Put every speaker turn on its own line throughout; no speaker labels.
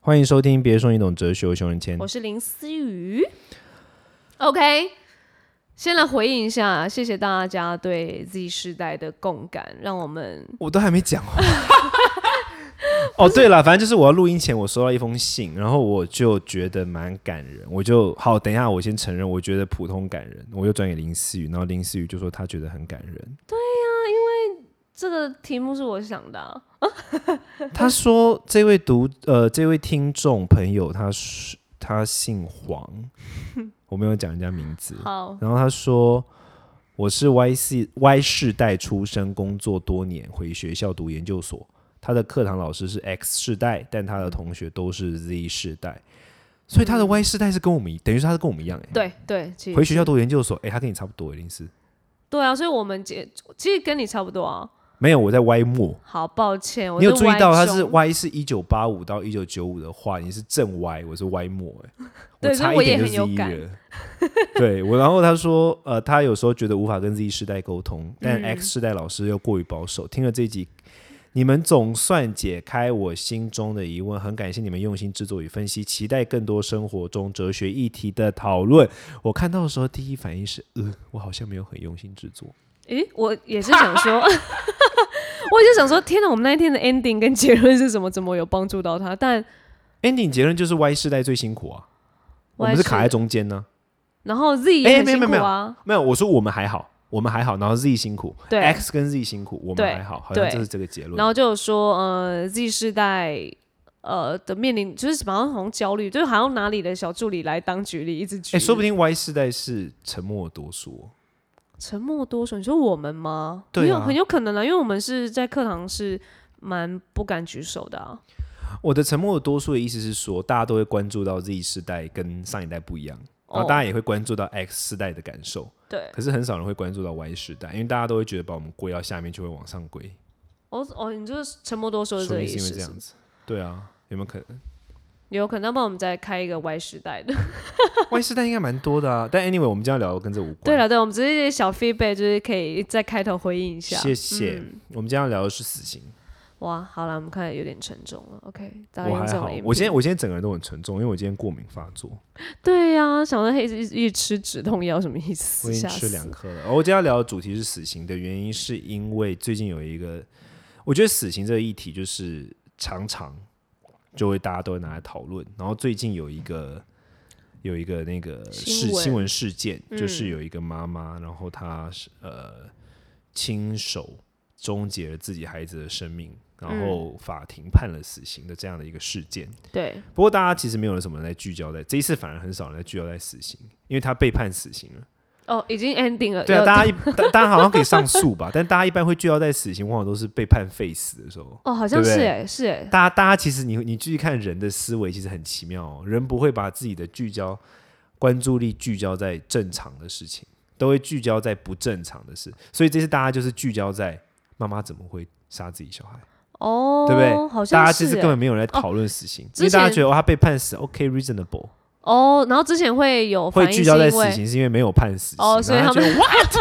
欢迎收听，别说你懂哲学，我熊仁谦
我。是林思雨。OK，先来回应一下，谢谢大家对 Z 世代的共感，让我们
我都还没讲话。 哦，对了，反正就是我要录音前，我收到一封信，然后我就觉得蛮感人，我就好，等一下我先承认，我觉得普通感人，我就转给林思雨，然后林思雨就说她觉得很感人，
这个题目是我想的啊、
她说这位读呃这位听众朋友，他是他姓黄， 我没有讲人家名字，
好，
然后他说：“我是 Y 系 Y 世代出生，工作多年，回学校读研究所。他的课堂老师是 X 世代，但他的同学都是 Z 世代，所以他的 Y 世代是跟我们一，等于是他是跟我们一样、欸。
对对，其实
回学校读研究所，哎、他跟你差不多、一定是
对啊，所以我们姐其实跟你差不多啊。
没有我在 Y 末。
好，抱歉，我
你有注意到他
他
是 Y 是一九八五到一九九五的话，你是正 Y，我是 Y 末、 哎，
对
差
所
一
以我
点
也
就
很有
Z
感
了。 对我，然后他说，呃，他有时候觉得无法跟 Z 世代沟通，但
嗯
X 世代老师又过于保守。听了这一集，你们总算解开我心中的疑问，很感谢你们用心制作与分析，期待更多生活中哲学议题的讨论。我看到的时候，第一反应是，呃，我好像没有很用心制作。
诶，我也是想说， 我也是想说，天哪，我们那一天的 ending 跟结论是什么？怎么有帮助到他？但
ending 结论就是 Y 世代最辛苦啊，我们是
Y
卡在
世
中间呢、
然后 Z 也
诶
很
没有
辛
没有
苦
没有
啊，
没有，我说我们还好，我们还好，然后 Z 辛苦，
对
X 跟 Z 辛苦，我们
对
还好，好像
对
这是这个结论。
然后就有说，呃，Z 世代呃的面临就是好像好像焦虑，就是好像拿你的小助理来当举例，一直举
哎、
例。
说不定 Y 世代是沉默多数哦，
沉默多数，你说我们吗？
对啊
很有很有可能啊，因为我们是在课堂是蛮不敢举手的啊。
我的沉默多数的意思是说，大家都会关注到 Z 世代跟上一代不一样，然后大家也会关注到 X 世代的感受，
哦对，
可是很少人会关注到 Y 世代，因为大家都会觉得把我们归到下面就会往上归，
哦哦，你就是沉默多数
说
是
不
这个
定是
意思，
因为这样子。对啊，有没有可能
有可能要不然我们再开一个 Y 时代的。
？Y 世代应该蛮多的啊，但 anyway，我们今天要聊的跟这无关。
对了，对，我们只是一些小 feedback，就是可以在开头回应一下。
谢谢。
嗯
我们今天要聊的是死刑。
哇，好了，我们看来有点沉重了。OK，大概
我
用这
还
种
好
音频。，
我今天我今天整个人都很沉重，因为我今天过敏发作，
对呀、想到一直一直一直吃止痛药什么意
我
思？
已
吓
经吃
死！
两颗了。而哦我今天要聊的主题是死刑的原因，是因为最近有一个，我觉得死刑这个议题就是常常就会大家都会拿来讨论，然后最近有一个。有一个那个
新
事
闻
新闻事件，
嗯
就是有一个妈妈，然后她是呃亲手终结了自己孩子的生命，然
嗯
后法庭判了死刑的这样的一个事件。
对，
不过大家其实没有什么人在聚焦在这一次，反而很少人在聚焦在死刑，因为他被判死刑了。
哦，已经 ending 了。
对啊，
要
大 家一大大家好像可以上诉吧，但大家一般会聚焦在死刑，往往都是被判废死的时候。
哦，好像
对
是
不对
哎、是哎、
大家大家其实你你继续看人的思维，其实很奇妙哦，人不会把自己的聚焦关注力聚焦在正常的事情，都会聚焦在不正常的事，所以这次大家就是聚焦在妈妈怎么会杀自己小孩。
哦，
对不对
好像
大家
是、
其
欸、
实根本没有人在讨论死刑，
之
因为大家
前
觉得哦哇他被判死，OK reasonable，
哦，然后之前会有
会
反应
聚焦在
是因为
死刑是因为没有判死刑，
哦所以
然后
他
就 what what's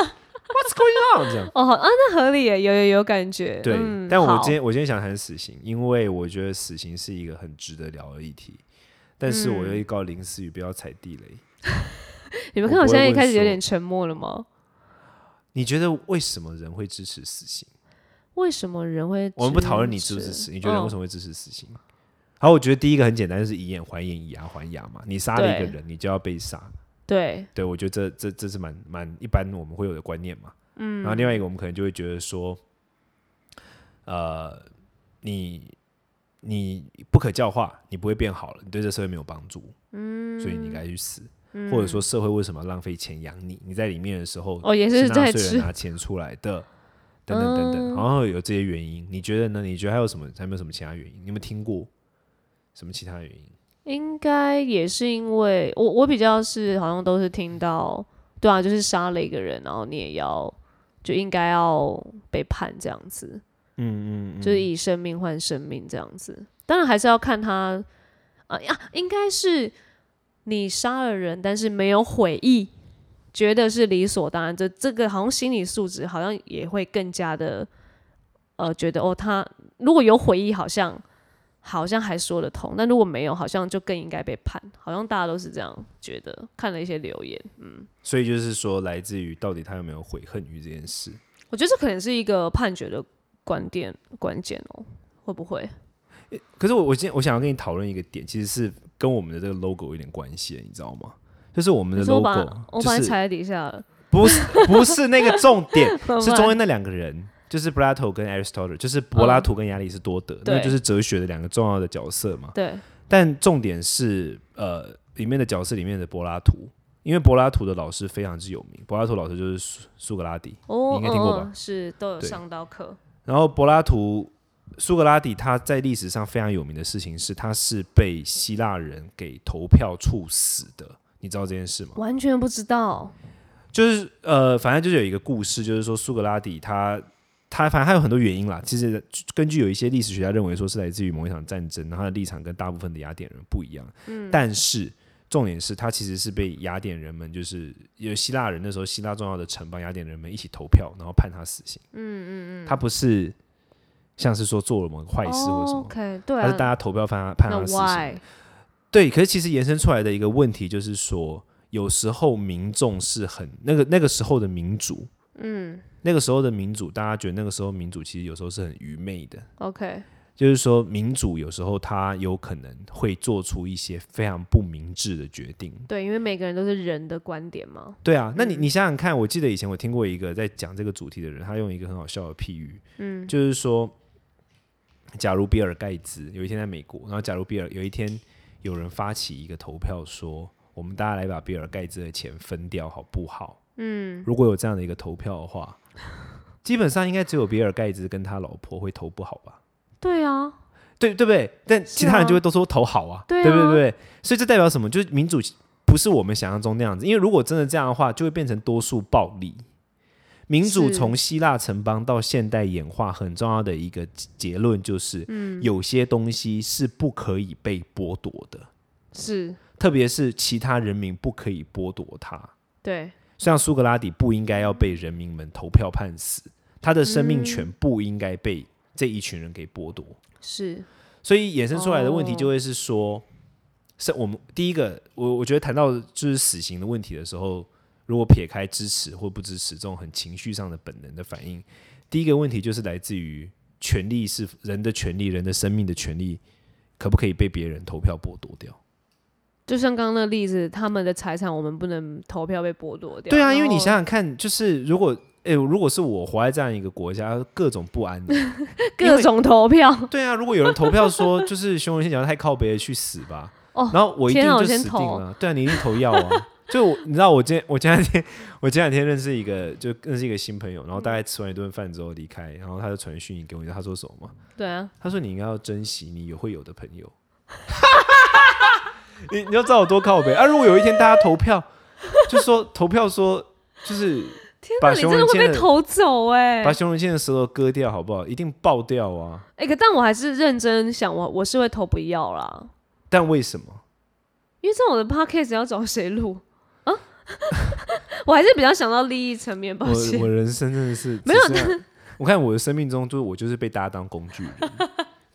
going on 这样。
哦，好啊，那合理耶，有有有感觉。
对，
嗯、
但我
好
今天我今天想谈死刑，因为我觉得死刑是一个很值得聊的议题，但是我又
嗯
预告林思雨不要踩地雷。
你们看我
我不
现在
会
一开始
问
有
说
点沉默了吗？
你觉得为什么人会支持死刑？
为什么人会？
我们不讨论你支不支持，你觉得人为什
么？
么会支持死刑？好，我觉得第一个很简单，就是以眼还眼，以牙还牙嘛。你杀了一个
对
人，你就要被杀。
对，
对，我觉得这这这是蛮蛮一般我们会有的观念嘛。嗯，然后另外一个我们可能就会觉得说，呃，你你不可教化，你不会变好了，你对这社会没有帮助，嗯，所以你应该去死。
嗯
或者说社会为什么要浪费钱养你？你在里面的时候，
哦也是
纳
在
税人
吃嗯
拿钱出来的，等等等等，好像有这些原因。你觉得呢？你觉得还有什么？还有没有什么其他原因？你有没有听过什么其他原因？
应该也是因为我我比较是好像都是听到，对啊，就是杀了一个人，然后你也要就应该要被判这样子，嗯嗯，就是以生命换生命这样子。当然还是要看他啊呀，应该是你杀了人，但是没有悔意，觉得是理所当然，这这个好像心理素质好像也会更加的呃，觉得哦，他如果有悔意，好像好像还说得通，但如果没有，好像就更应该被判。好像大家都是这样觉得，看了一些留言，
所以就是说，来自于到底他有没有悔恨于这件事。
我觉得这可能是一个判决的观点关键哦，会不会？
可是我我今天我想要跟你讨论一个点，其实是跟我们的这个 logo 有点关系，你知道吗？就是我们的
可是我把
logo，
我
就
把你
是
踩在底下了，
不是不是那个重 点，
慢
是
慢
中间那两个人，就是 Plato 跟 Aristotle，就是柏拉图跟亚里士多德，那
嗯对
就是哲学的两个重要的角色嘛。
对
但重点是，呃，里面的角色里面的柏拉图，因为柏拉图的老师非常之有名，柏拉图老师就是苏苏格拉底，
哦，
你应该听过吧
嗯嗯是都有
对
上到课，
然后柏拉图，苏格拉底他在历史上非常有名的事情是，他是被希腊人给投票处死的。你知道这件事吗？
完全不知道。
就是呃，反正就是有一个故事，就是说苏格拉底他他反正他有很多原因啦。其实根据有一些历史学家认为说是来自于某一场战争，然后他的立场跟大部分的雅典人不一样。嗯，但是重点是他其实是被雅典人们就是有希腊人那时候希腊重要的城邦雅典人们一起投票，然后判他死刑。嗯嗯嗯，他不是像是说做了某个坏事或者什么。
o k 哦对
他是大
啊，
家投票判他判
那
他死刑，
why？
对，可是其实延伸出来的一个问题就是说，有时候民众是很那个那个时候的民主，嗯，那个时候的民主，大家觉得那个时候民主其实有时候是很愚昧的，
OK，
就是说民主有时候它有可能会做出一些非常不明智的决定。
对，因为每个人都是人的观点嘛。
对啊，那你你想想看，我记得以前我听过一个在讲这个主题的人，他用一个很好笑的譬喻，嗯，就是说，假如比尔盖茨有一天在美国，然后假如比尔有一天有人发起一个投票说，我们大家来把比尔盖茨的钱分掉，好不好？嗯，如果有这样的一个投票的话，基本上应该只有比尔盖茨跟他老婆会投不好吧？
对啊，
对对不对？但其他人就会都说投好啊，
对啊
对不对？所以这代表什么？就是民主不是我们想象中那样子，因为如果真的这样的话，就会变成多数暴力。民主
是
从希腊城邦到现代演化，很重要的一个结论就是，
嗯
有些东西是不可以被剥夺的，
是，
特别是其他人民不可以剥夺它。
对，
像苏格拉底不应该要被人民们投票判死，他的生
嗯
命权不应该被这一群人给剥夺。
是，
所以衍生出来的问题
哦
就会是说，是我们第一个，我我觉得谈到就是死刑的问题的时候，如果撇开支持或不支持这种很情绪上的本能的反应，第一个问题就是来自于权利是人的权利，人的生命的权利可不可以被别人投票剥夺掉？
就像刚刚那个例子，他们的财产我们不能投票被剥夺掉。
对啊，因为你
然后
想想看，就是如果。哎、如果是我活在这样一个国家，各种不 安的。因
各
为
种投票，
对啊，如果有人投票说，就是熊仁先讲太靠北了，去死吧。
哦，
然后我一定
天啊
就
我先
死定
投
了。对啊，你一定投药啊。 就我你知道，我今天我前两天我前两天认识一个，就认识一个新朋友，然后大概吃完一顿饭之后离开，然后他就传讯息给我，你知道他说什么吗？
对啊，
他说你应该要珍惜你有会有的朋友。 你你要知道我多靠北啊！如果有一天大家投票，就说投票说就是把
那你
熊
真
仁
的会
谦
被
的
投走哎、
把熊仁谦的舌头割掉好不好？一定爆掉啊！
哎、可但我还是认真想我，我是会投不要啦，
但为什么？
因为这种的 podcast 要找谁录啊？ 我还是比较想到利益层面，抱
我
歉
我。人生真的是
没有
只是要我看我的生命中，就是我就是被大家当工具 人，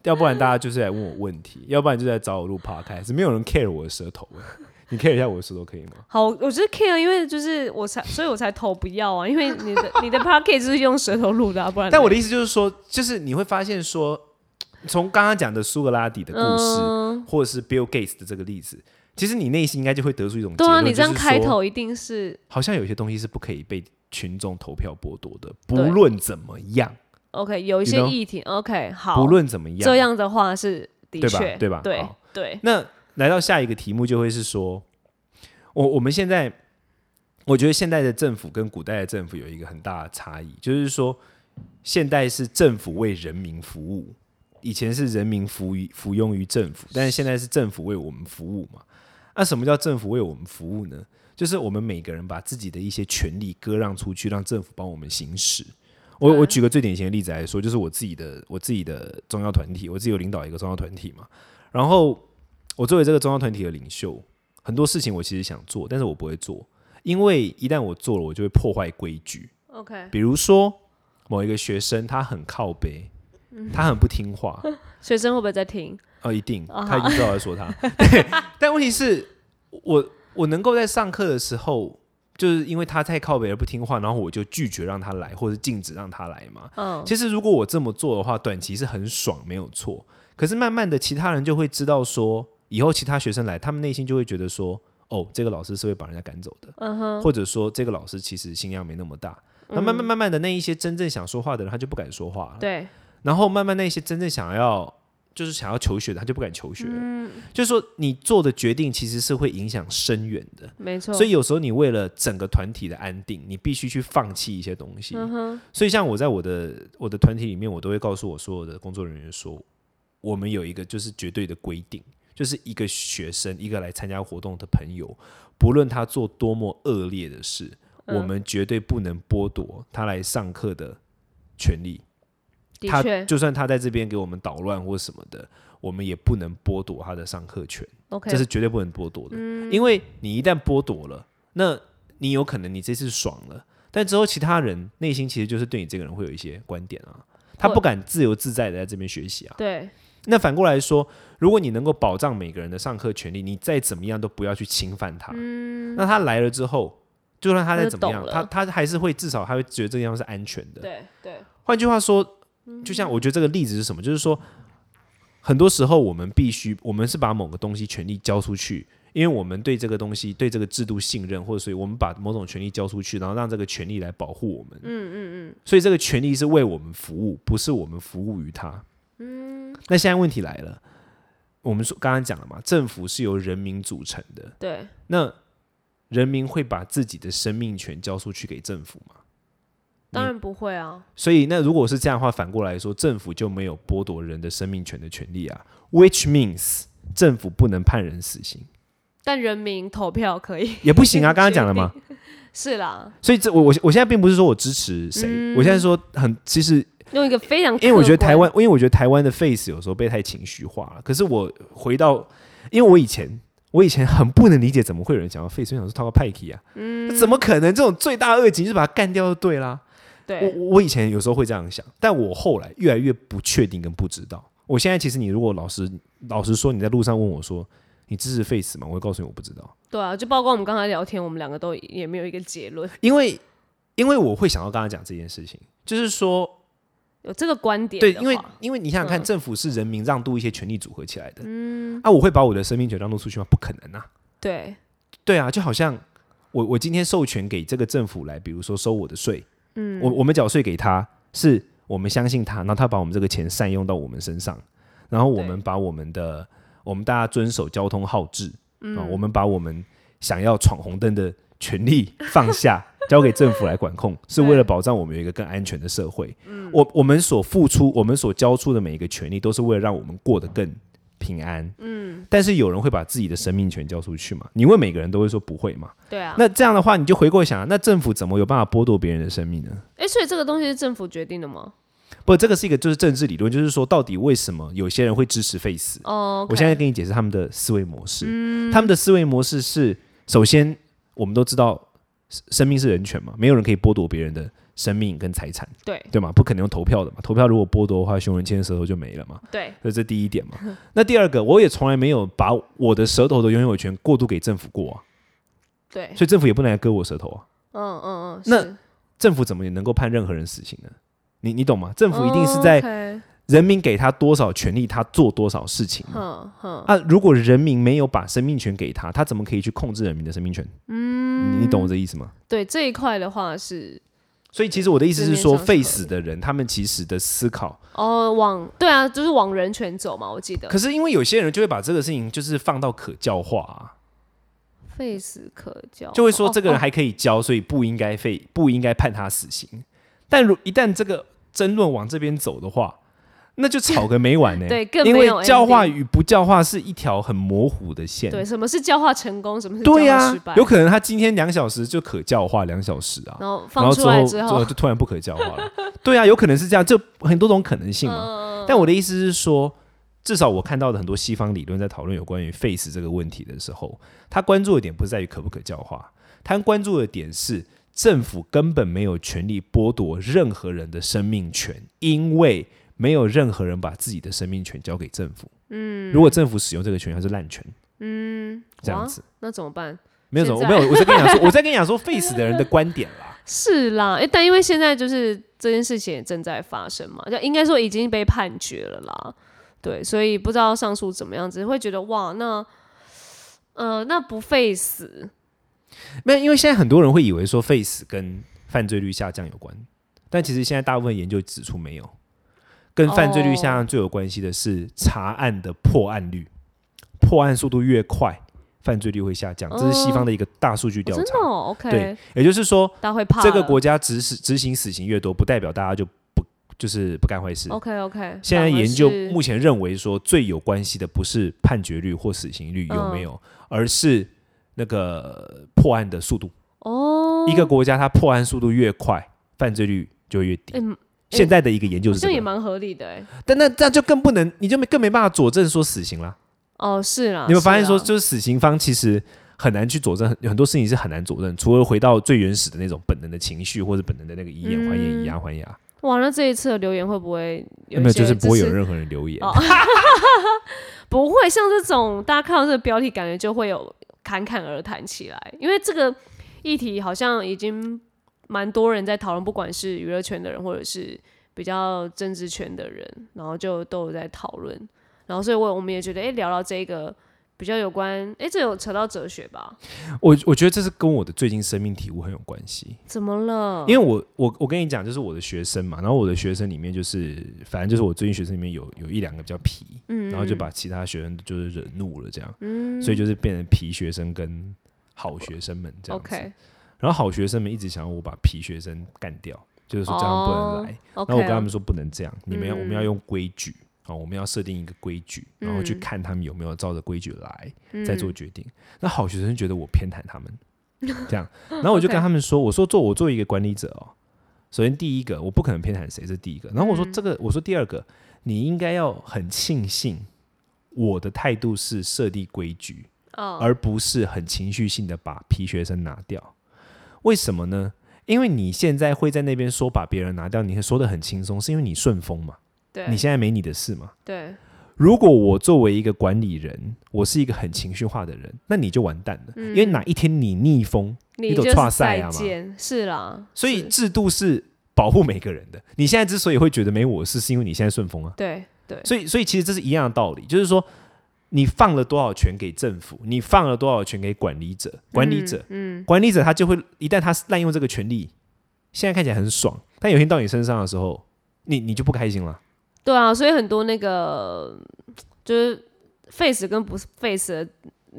要不然大家就是来问我问题，要不然就来找我录 podcast，没有人 care 我的舌头欸 你 care 一下我的舌头可以吗？
好，我觉得 care，因为就是我才，所以我才投不要啊，因为你的 你的 podcast 是用舌头录的、啊，不然
但我
的
的意思就是说，就是你会发现说，从刚刚讲的苏格拉底的故事，
嗯，
或者是 Bill Gates 的这个例子，其实你内心应该就会得出一种结
对啊，
论，
你这样
就是
开
说
头一定是
好像有些东西是不可以被群众投票剥夺的，不
对
论怎么样，
OK，有一
You
些
know？
议题 OK 好，
不论怎么样，
这样的话是的
对吧
确
对吧
对
好
对，
那来到下一个题目，就会是说，我我们现在，我觉得现代的政府跟古代的政府有一个很大的差异，就是说，现代是政府为人民服务，以前是人民服于服庸于政府，但是现在是政府为我们服务嘛。那什么叫政府为我们服务呢？就是我们每个人把自己的一些权利割让出去，让政府帮我们行使。我我举个最典型的例子来说，就是我自己的我自己的宗教团体，我自己有领导一个宗教团体嘛。然后我作为这个宗教团体的领袖，很多事情我其实想做，但是我不会做，因为一旦我做了，我就会破坏规矩。
OK，
比如说，某一个学生他很靠背，他很不听话，
学生会不会在听？
哦，一定，
啊
他已经知道我在说他。 对，但问题是我我能够在上课的时候，就是因为他太靠北而不听话，然后我就拒绝让他来，或者禁止让他来嘛。
嗯，
其实如果我这么做的话，短期是很爽，没有错。可是慢慢的，其他人就会知道说，以后其他学生来，他们内心就会觉得说，哦，这个老师是会把人家赶走的，
嗯哼，嗯
或者说这个老师其实心量没那么大。那慢慢慢慢的，那一些真正想说话的人，他就不敢说话了。
对，
然后慢慢那些真正想要就是想要求学的，他就不敢求学了。
嗯，
就是说，你做的决定其实是会影响深远的。
没错，
所以有时候你为了整个团体的安定，你必须去放弃一些东西。
嗯哼，
所以像我在我的我的团体里面，我都会告诉我所有的工作人员说，我们有一个就是绝对的规定，就是一个学生一个来参加活动的朋友，不论他做多么恶劣的事，
嗯
我们绝对不能剥夺他来上课的权利。
的
他
确
就算他在这边给我们捣乱或什么的，我们也不能剥夺他的上课权，
，OK，
这是绝对不能剥夺的。嗯因为你一旦剥夺了，那你有可能你这次爽了，但之后其他人内心其实就是对你这个人会有一些观点啊，他
会
不敢自由自在的在这边学习啊。
对，
那反过来说，如果你能够保障每个人的上课权利，你再怎么样都不要去侵犯他。
嗯，
那他来了之后，就算他
他
再
就
怎么样，
懂
他他
了
还是会至少他会觉得这个地方是安全的。
对对，
换句话说，就像我觉得这个例子是什么，就是说，很多时候我们必须，我们是把某个东西权利交出去，因为我们对这个东西、对这个制度信任，或者所以我们把某种权利交出去，然后让这个权利来保护我们。嗯嗯嗯。所以这个权利是为我们服务，不是我们服务于它。嗯。那现在问题来了，我们说刚刚讲了嘛，政府是由人民组成的，
对，
那人民会把自己的生命权交出去给政府吗？
当然不会啊，
所以，那如果是这样的话，反过来说，政府就没有剥夺人的生命权的权利啊。Which means 政府不能判人死刑，
但人民投票可以，
也不行啊。刚刚讲了嘛，
是啦，
所以这我我我现在并不是说我支持谁，我现在说很其实，
用一个非常，
因为嗯我觉得台，湾，因为我觉得台湾的 face 有时候被太情绪化了。可是我回到，因为我以前我以前很不能理解怎么会有人想要 face，我想说套个派系啊，怎么可能这种罪大恶极就是把他干掉就对啦？我
对，
我以前有时候会这样想，但我后来越来越不确定跟不知道。我现在其实你如果老实老实说，你在路上问我说你支持 Face 吗？我会告诉你我不知道，
对啊，就包括我们刚才聊天，我们两个都也没有一个结论，
因为因为我会想要跟他讲这件事情，就是说
有这个观点
对，
的话，
因为因为你想想看，
嗯
政府是人民让渡一些权利组合起来的，嗯，啊，我会把我的生命权让渡出去吗？不可能啊，
对，
对啊，就好像我我今天授权给这个政府来，比如说收我的税，嗯，我我们缴税给他，是我们相信他，然后他把我们这个钱善用到我们身上，然后我们
对
把我们的我们大家遵守交通号志，嗯、我们把我们想要闯红灯的权利放 下。交给政府来管控，是为了保障我们有一个更安全的社会。我我们所付出、我们所交出的每一个权利，都是为了让我们过得更平安。嗯，但是有人会把自己的生命权交出去嘛？你问每个人都会说不会嘛？
对啊，
那这样的话，你就回过来想啊，那政府怎么有办法剥夺别人的生命呢？
哎，所以这个东西是政府决定的吗？
不，这个是一个就是政治理论，就是说到底为什么有些人会支持 face？
哦，
我现在跟你解释他们的思维模式。他们的思维模式是，首先我们都知道生生命是人权嘛，没有人可以剥夺别人的生命跟财产，
对
对吗？不可能用投票的嘛，投票如果剥夺的话，熊人牵舌头就没了嘛。
对，
所以这第一点嘛。那第二个，我也从来没有把我的舌头的拥有权过渡给政府过、啊，
对，
所以政府也不能来割我舌头啊。
嗯嗯嗯，
那
是
政府怎么也能够判任何人死刑呢？你你懂吗？政府一定是在
哦
人民给他多少权利，他做多少事情
OK，
嘛。
哼哼，
啊，如果人民没有把生命权给他，他怎么可以去控制人民的生命权？嗯，你懂我这意思吗？
对这一块的话是
所以其实我的意思是说，
字面上是合理
废死的人，他们其实的思考，
哦往对啊，就是往人权走嘛，我记得
可是因为有些人就会把这个事情就是放到可教化、啊，
face 可教
就会说这个人
哦
还可以教，所以不应该废，不应该判他死刑。但如一旦这个争论往这边走的话，那就吵个没完呢、
对更
因
没
为
有
教化
ending
与不教化是一条很模糊的线。
哦对什么是教化成功，什么是教
对
化
呀、
失败，
有可能他今天两小时就可教化两小时啊，
然后
然后
放
之
出来
之
之
后就突然不可教化了。对啊，有可能是这样，就很多种可能性嘛。
嗯
但我的意思是说，至少我看到的很多西方理论在讨论有关于 face 这个问题的时候，他关注的点不是在于可不可教化，他关注的点是政府根本没有权利剥夺任何人的生命权，因为没有任何人把自己的生命权交给政府。嗯，如果政府使用这个权，它是滥权，
嗯，
这样
哇
子，
那怎么办？
没有什么，我
现
没有，
在
我在跟你讲说，我在跟你讲说，face 的人的观点啦，
是啦，诶，但因为现在就是这件事情也正在发生嘛，就应该说已经被判决了啦。对，所以不知道上诉怎么样，只是会觉得哇，那呃，那不费死哦
没有，因为现在很多人会以为说 face 跟犯罪率下降有关，但其实现在大部分研究指出没有，跟犯罪率下降最有关系的是查案的破案率，破案速度越快，犯罪率会下降，这是西方的一个大数据
哦
调
真
查。
的、哦、OK，
对，也就是说，
大家会怕
这个
了
国家执行执行死刑越多，不代表大家就不就是不干坏事。
OK OK，
现在研究目
目
前认为说，最有关系的不是判决率或死刑率有没有，
嗯
而是那个破案的速度。
哦，
一个国家它破案速度越快，犯罪率就越低。
嗯
现在的一个研究
好
是
像也
这个，
蛮合理的哎、
但那这样就更不能，你就没更没办法佐证说死刑啦。
哦是啦，
你会发现说，
是啦啊
就是死刑方其实很难去佐证，很很多事情是很难佐证，除了回到最原始的那种本能的情绪或者本能的那个以眼还眼、以牙还牙，
哇，那这一次的留言会不会嗯有
有没有
一些
就是不会有
支持
任何人留言。
哦不会像这种大家看到这个标题，感觉就会有侃侃而谈起来，因为这个议题好像已经蛮多人在讨论，不管是娱乐圈的人，或者是比较政治圈的人，然后就都有在讨论，然后所以我我们也觉得，哎，聊到这个比较有关，哎，这有扯到哲学吧？
我我觉得这是跟我的最近生命体悟很有关系，
怎么了？
因为我我我跟你讲，就是我的学生嘛，然后我的学生里面就是，反正就是我最近学生里面有有一两个比较皮，
嗯
然后就把其他学生就是惹怒了这样，
嗯
所以就是变成皮学生跟好学生们这样子。
OK
然后好学生们一直想要我把皮学生干掉，就是说这样不能来。
OK，
然后我跟他们说不能这样，你们要、我们要用规矩啊、哦我们要设定一个规矩，然后去
嗯
看他们有没有照着规矩来，
嗯
再做决定。那好学生觉得我偏袒他们， 这样，然后我就跟他们说，我说做我作为一个管理者哦，首先第一个我不可能偏袒谁，这是第一个。然后我
嗯
说这个，我说第二个，你应该要很庆幸我的态度是设立规矩，
哦，
而不是很情绪性的把皮学生拿掉。为什么呢？因为你现在会在那边说把别人拿掉，你会说的很轻松，是因为你顺风嘛，
对
你现在没你的事嘛。
对，
如果我作为一个管理人，我是一个很情绪化的人，那你就完蛋了，
嗯
因为哪一天你逆风，
你
就
就
岔
是
赛
再
啊嘛
见，是啦，
所以
是
制度是保护每个人的。你现在之所以会觉得没我的事，是因为你现在顺风啊。
对对，
所以，所以其实这是一样的道理，就是说，你放了多少权给政府，你放了多少权给管理者，管理者，
嗯。嗯
管理者他就会一旦他滥用这个权利，现在看起来很爽，但有一天到你身上的时候，你你就不开心了。
对啊，所以很多那个就是 face 跟不 face 的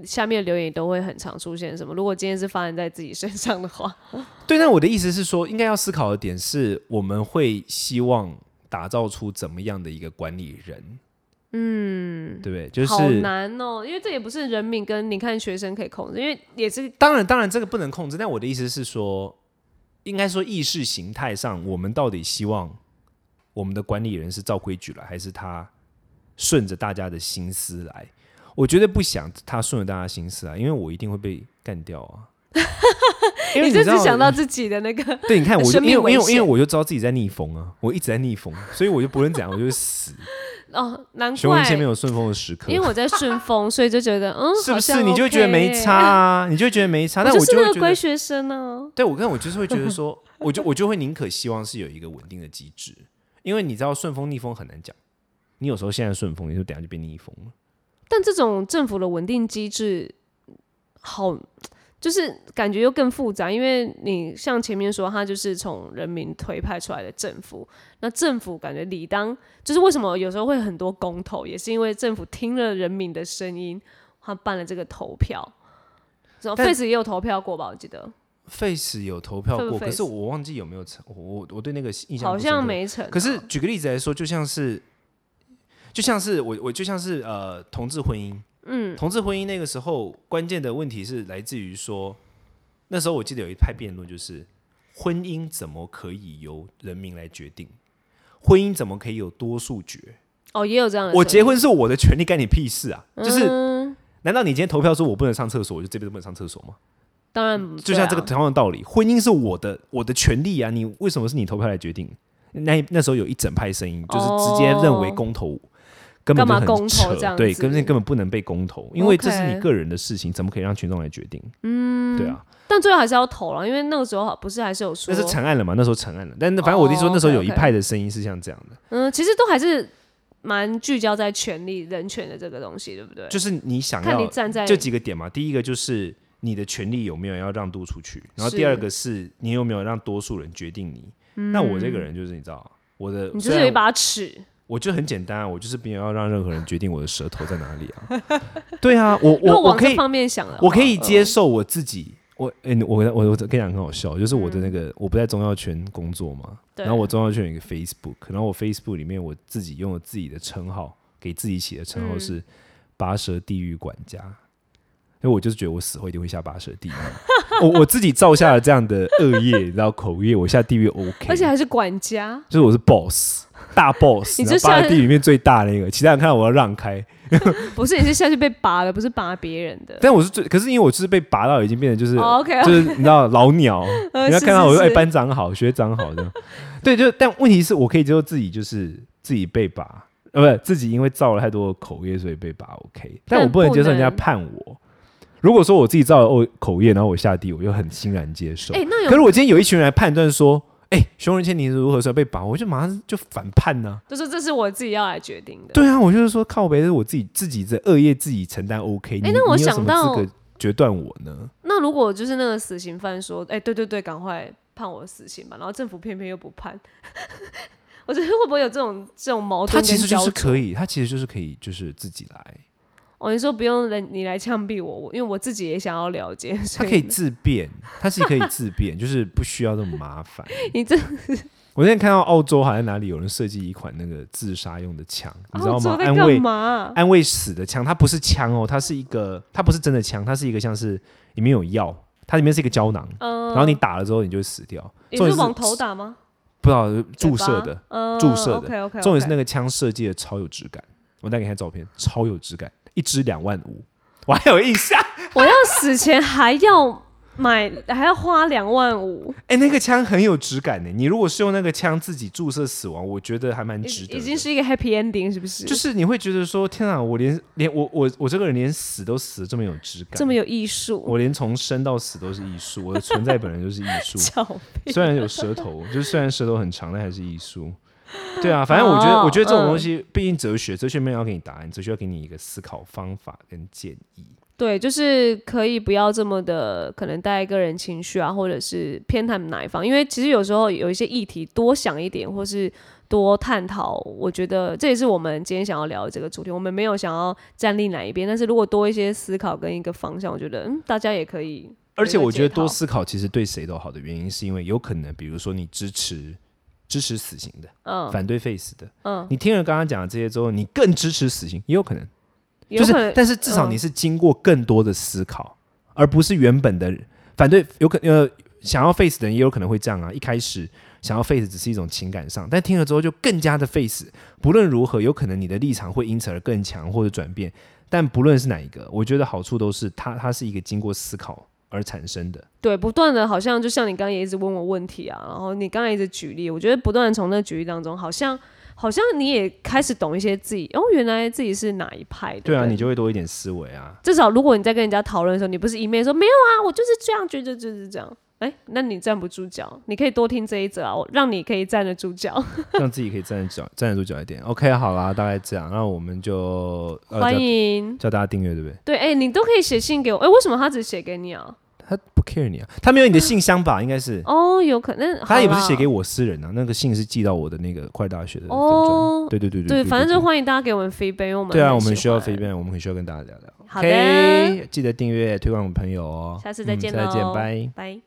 下面的留言都会很常出现什么。如果今天是发生在自己身上的话，
对，但我的意思是说，应该要思考的点是，我们会希望打造出怎么样的一个管理人，
嗯，
对不对？就
好
是
难哦，因为这也不是人民跟你看学生可以控制，因为也是
当然，当然这个不能控制，但我的意思是说，应该说意识形态上，我们到底希望我们的管理人是照规矩来，还是他顺着大家的心思来？我绝对不想他顺着大家心思啊，因为我一定会被干掉 啊。因为
你
知
就只
道
想到自己的那个
对，你看，我就
生
因为
命
因为
危
因为因为
险
我就知道自己在逆风啊，我一直在逆 风，所以我就不论怎样，我就会死。
哦，难
熊文
怪
前，面有顺风的时刻，
因为我在顺风，所以就觉得嗯，
是
好
不
像
是你就会觉得
OK
没差？啊？你就会觉得没差，但
我
我
就是
就会
那
觉得
个乖，学生啊呢、
对我看我就是会觉得说，我就我就会宁可希望是有一个稳定的机制，因为你知道顺风逆风很难讲，你有时候现在顺风，你就等下就变逆风了。
但这种政府的稳定机制，好，就是感觉又更复杂，因为你像前面说，它就是从人民推派出来的政府，那政府感觉理当就是为什么有时候会很多公投，也是因为政府听了人民的声音，他办了这个投票。然后
但
Face 也有投票过吧？我记得
Face 有投票过，可
Face
是我忘记有没有成，我我我对那个印象
好
不深刻
像。没成啊、
可是举个例子来说，就像是，就像是我我就像是呃同志婚姻，
嗯，
同志婚姻那个时候关键的问题是来自于说，那时候我记得有一派辩论就是，婚姻怎么可以由人民来决定？婚姻怎么可以有多数决？
哦，也有这样的声音。
我结婚是我的权利，干你屁事啊！就是，
嗯
难道你今天投票说我不能上厕所，我就这辈子不能上厕所吗？
当然，
就像
对啊
这个同样的道理，婚姻是我的我的权利啊，你为什么是你投票来决定？那那时候有一整派声音，就是直接认为
哦
公投根本
干嘛
就很
公投
扯
这样
对，
子
根本根本不能被公投，因为这是你
OK
个人的事情，怎么可以让群众来决定？嗯，对啊，
但最后还是要投了，因为那个时候不是还是有说
那是成案了嘛？那时候成案了，但那反正我弟说
哦
那时候有一
OK，OK
派的声音是像这样的，
嗯，其实都还是蛮聚焦在权利、人权的这个东西，对不对？
就是你想
看你
要
站在
就几个点嘛，第一个就是你的权利有没有要让渡出去，然后第
是嗯
二个是你有没有让多数人决定你。那我这个人就是你知道，我的
你就
虽
是
然
有一把尺，
我就很简单啊，我就是没有要让任何人决定我的舌头在哪里啊。 对啊，我
如
我
果
我
往
可
这
以
方面想的话，
我可以接
嗯
受我自己。我哎、你我我我跟你讲很好笑，就是我的那个、我不在中药圈工作嘛，
嗯对
然后我中药圈有一个 Facebook，然后我 Facebook 里面我自己用了自己的称号，给自己起的称号
嗯
是“拔舌地狱管家”，因为我就是觉得我死后一定会下拔舌地狱，我我自己造下了这样的恶业，你知道口业，我下地狱 OK，
而且还是管家，
就是我是 boss 大 boss，
你
然后
就
拔
像
地狱里面最大的那个，其他人看到我要让开，
不是你是下去被拔了，不是拔别人的。
但我是最，可是因为我就是被拔到已经变成就是、
哦 OK，
就是你知道老鸟，
呃
人家
是
看到
是
我说哎
是
班长好，学长好这样。对，就但问题是我可以接受自己就是自己被拔，呃，不是自己因为造了太多的口业所以被拔 OK，但我
但
不能
不
接受人家
能
判我。如果说我自己造了哦口业，然后我下地，我就很欣然接受。
哎、那
可是
有
我今天有一群人来判断说，哎、熊仁谦你是如何算被拔，我就马上就反叛呢、
就是这是我自己要来决定的。，
对啊，我就是说靠北，这是我自己自己的恶业自己承担 OK 你。
哎那我
你有
想
什么
到
资格决断我呢？
那如果就是那个死刑犯说，哎、对对对，赶快判我死刑吧，然后政府偏偏又不判， 我觉得会不会有这种这种矛盾
他
跟
其实就
交
是
织
可以，他其实就是可以，就是自己来，
哦，你说不用人你来枪毙我，我因为我自己也想要了解，
他
所
可以自 辩，他其实可以自辩，就是不需要那么麻烦。
你这
我那天看到澳洲好像哪里有人设计一款那个自杀用的枪，你知道
澳洲
吗？
哦在
安
干
慰
嘛、
安慰死的枪，它不是枪哦，它是一个，它不是真的枪，它是一个像是里面有药，它里面是一个胶囊，
嗯，
然后你打了之后你就会死掉。
你
重点
是
是
往头打吗？哦
不知道注射的，注射的
o k OK，
重点是那
个
个枪设计的超有质感，我带给你看照片，超有质感，一支两万五，我还有印象。
我要死前还要买，还要花两万五，
哎、那个枪很有质感欸呢。你如果是用那个枪自己注射死亡，我觉得还蛮
已
值得的。
已经是一个 happy ending，是不是？
就是你会觉得说，天啊，我连连我我我这个人连死都死得这么有质感，
这么有艺术，
我连从生到死都是艺术，我的存在本人就是艺 术。
巧
虽然有舌头，就是虽然舌头很长，但还是艺术。 对啊，反正我觉得，
哦
我觉得这种
嗯
东西，毕竟哲学，哲学没有要给你答案，哲学要给你一个思考方法跟建议。
对，就是可以不要这么的，可能带个人情绪啊，或者是偏袒哪一方，因为其实有时候有一些议题多想一点，或是多探讨，我觉得这也是我们今天想要聊的这个主题。我们没有想要站立哪一边，但是如果多一些思考跟一个方向，我觉得嗯，大家也可以。
而且我觉得多
思
思考其实对谁都好的原因，是因为有可能，比如说你支持支持死刑的，
嗯
反对 face 的，
嗯，
你听了刚刚讲的这些之后，你更支持死刑，也有可能，
有
就
可
是
能
但是至少
嗯
你是经过更多的思考，而不是原本的反对，有可呃想要 face 的人也有可能会这样啊，一开始想要 face 只是一种情感上，但听了之后就更加的 face，不论如何，有可能你的立场会因此而更强或者转变，但不论是哪一个，我觉得好处都是它它是一个经过思考而产生的。
对，不断的，好像就像你刚刚也一直问我问题啊，然后你刚才一直举例，我觉得不断的从那举例当中，好像好像你也开始懂一些自己，哦，原来自己是哪一派的。
对啊，
跟
你就会多一点思维啊。
至少如果你在跟人家讨论的时候，你不是一面说没有啊，我就是这样觉得就是这样，哎，那你站不住脚，你可以多听这一则啊，我让你可以站得住脚。
让自己可以站得脚站得住脚一点。OK，好啦，大概这样，那我们就、 呃、
欢
叫
迎，
叫大家订阅，对不对？
对，哎，你都可以写信给我，哎，为什么他只写给你啊？
他不 care 你啊，他没有你的信箱吧？应该是，
哦，有可能
他也不是写给
我。
我私人啊，那个信是寄到我的那个快大学的粉专。
哦
对对对对
对，反正就
对
欢迎大家给我们 feedback，因为我们
对啊，
很
我们
喜
需要
欢
feedback，我们很需要跟大家聊聊。
好的
OK，记得订阅，推广我们朋友哦。
下次再
嗯
见
再见，
喽
拜。
拜。